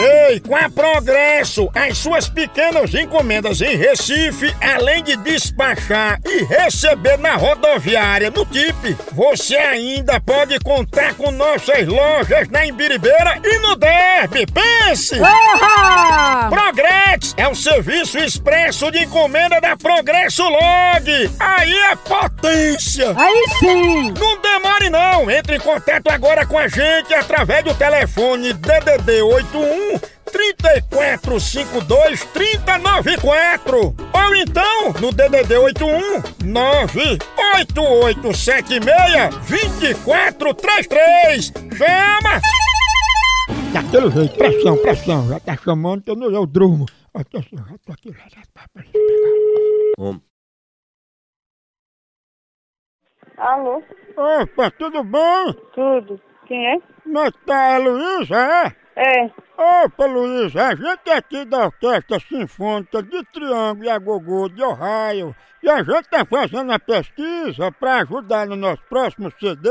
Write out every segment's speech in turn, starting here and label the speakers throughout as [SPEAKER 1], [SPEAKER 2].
[SPEAKER 1] Ei, com a Progresso, as suas pequenas encomendas em Recife, além de despachar e receber na rodoviária no TIP, você ainda pode contar com nossas lojas na Imbiribeira e no Derby. Pense!
[SPEAKER 2] Porra!
[SPEAKER 1] Progresso é o serviço expresso de encomenda da Progresso Log. Aí é potência!
[SPEAKER 2] Aí sim!
[SPEAKER 1] Não demore não, entre em contato agora com a gente através do telefone DDD 81 3452 3094 ou então no DDD 81 98876 2433 chama!
[SPEAKER 3] Daquele jeito, pressão, pressão, já tá chamando que eu não eu durmo. Atenção, já tô aqui, já já tá pra ele pegar.
[SPEAKER 4] Alô?
[SPEAKER 3] Opa, tudo bom?
[SPEAKER 4] Tudo. Quem é?
[SPEAKER 3] Como é que tá a Luísa, é?
[SPEAKER 4] É.
[SPEAKER 3] Opa, Luísa, a gente é aqui da Orquestra Sinfônica de Triângulo e Agogô de Ohio e a gente tá fazendo a pesquisa para ajudar no nosso próximo CD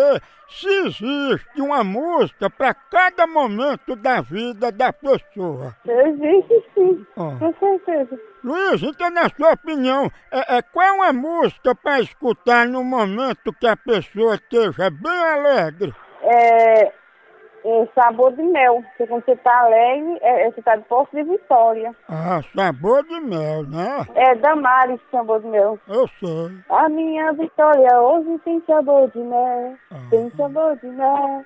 [SPEAKER 3] se existe uma música para cada momento da vida da pessoa.
[SPEAKER 4] Existe sim.
[SPEAKER 3] Ó.
[SPEAKER 4] Com certeza.
[SPEAKER 3] Luiz, então na sua opinião, é, é qual é uma música para escutar no momento que a pessoa esteja bem alegre?
[SPEAKER 4] É, é sabor de mel. Porque quando você tá alegre, é, é, você tá de posse de vitória.
[SPEAKER 3] Ah, sabor de mel, né?
[SPEAKER 4] É Damares, sabor de mel.
[SPEAKER 3] Eu sei.
[SPEAKER 4] A minha vitória hoje tem sabor de mel.
[SPEAKER 3] Ah.
[SPEAKER 4] Tem sabor de mel.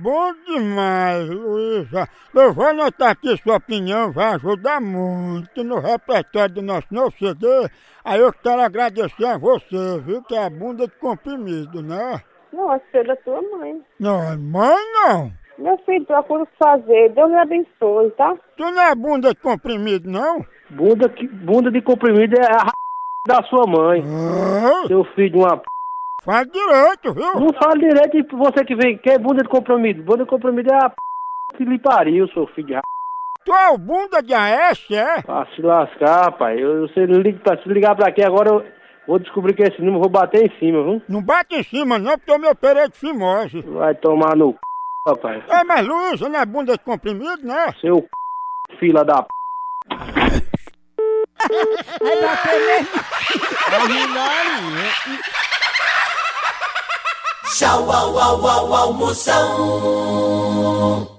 [SPEAKER 3] Bom demais, Luísa. Eu vou anotar aqui sua opinião, vai ajudar muito no repertório do nosso novo CD. Aí eu quero agradecer a você, viu? Que é a bunda de comprimido, né?
[SPEAKER 4] Não, acho que é da tua mãe.
[SPEAKER 3] Não, é mãe não.
[SPEAKER 4] Meu filho, procura o que fazer. Deus me abençoe, tá?
[SPEAKER 3] Tu não é bunda de comprimido, não?
[SPEAKER 5] Bunda, que, bunda de comprimido é a r... da sua mãe.
[SPEAKER 3] Ah.
[SPEAKER 5] Seu filho de uma p...
[SPEAKER 3] Faz direito, viu?
[SPEAKER 5] Não fala direito e você que vem, que é bunda de comprimido. Bunda de comprimido é a p... que lhe pariu, seu filho de r...
[SPEAKER 3] Tu é o bunda de AS, é?
[SPEAKER 5] Ah, se lascar, pai. Eu, eu se, liga, pra- se ligar pra aqui agora, eu vou descobrir que é esse número, vou bater em cima, viu?
[SPEAKER 3] Não bate em cima não, porque eu me operei de fimose.
[SPEAKER 5] Vai tomar no c... rapaz.
[SPEAKER 3] É, mas Luísa não é bunda de comprimido, né?
[SPEAKER 5] Seu c... fila da p...
[SPEAKER 6] Tchau, au, au, au, almoção.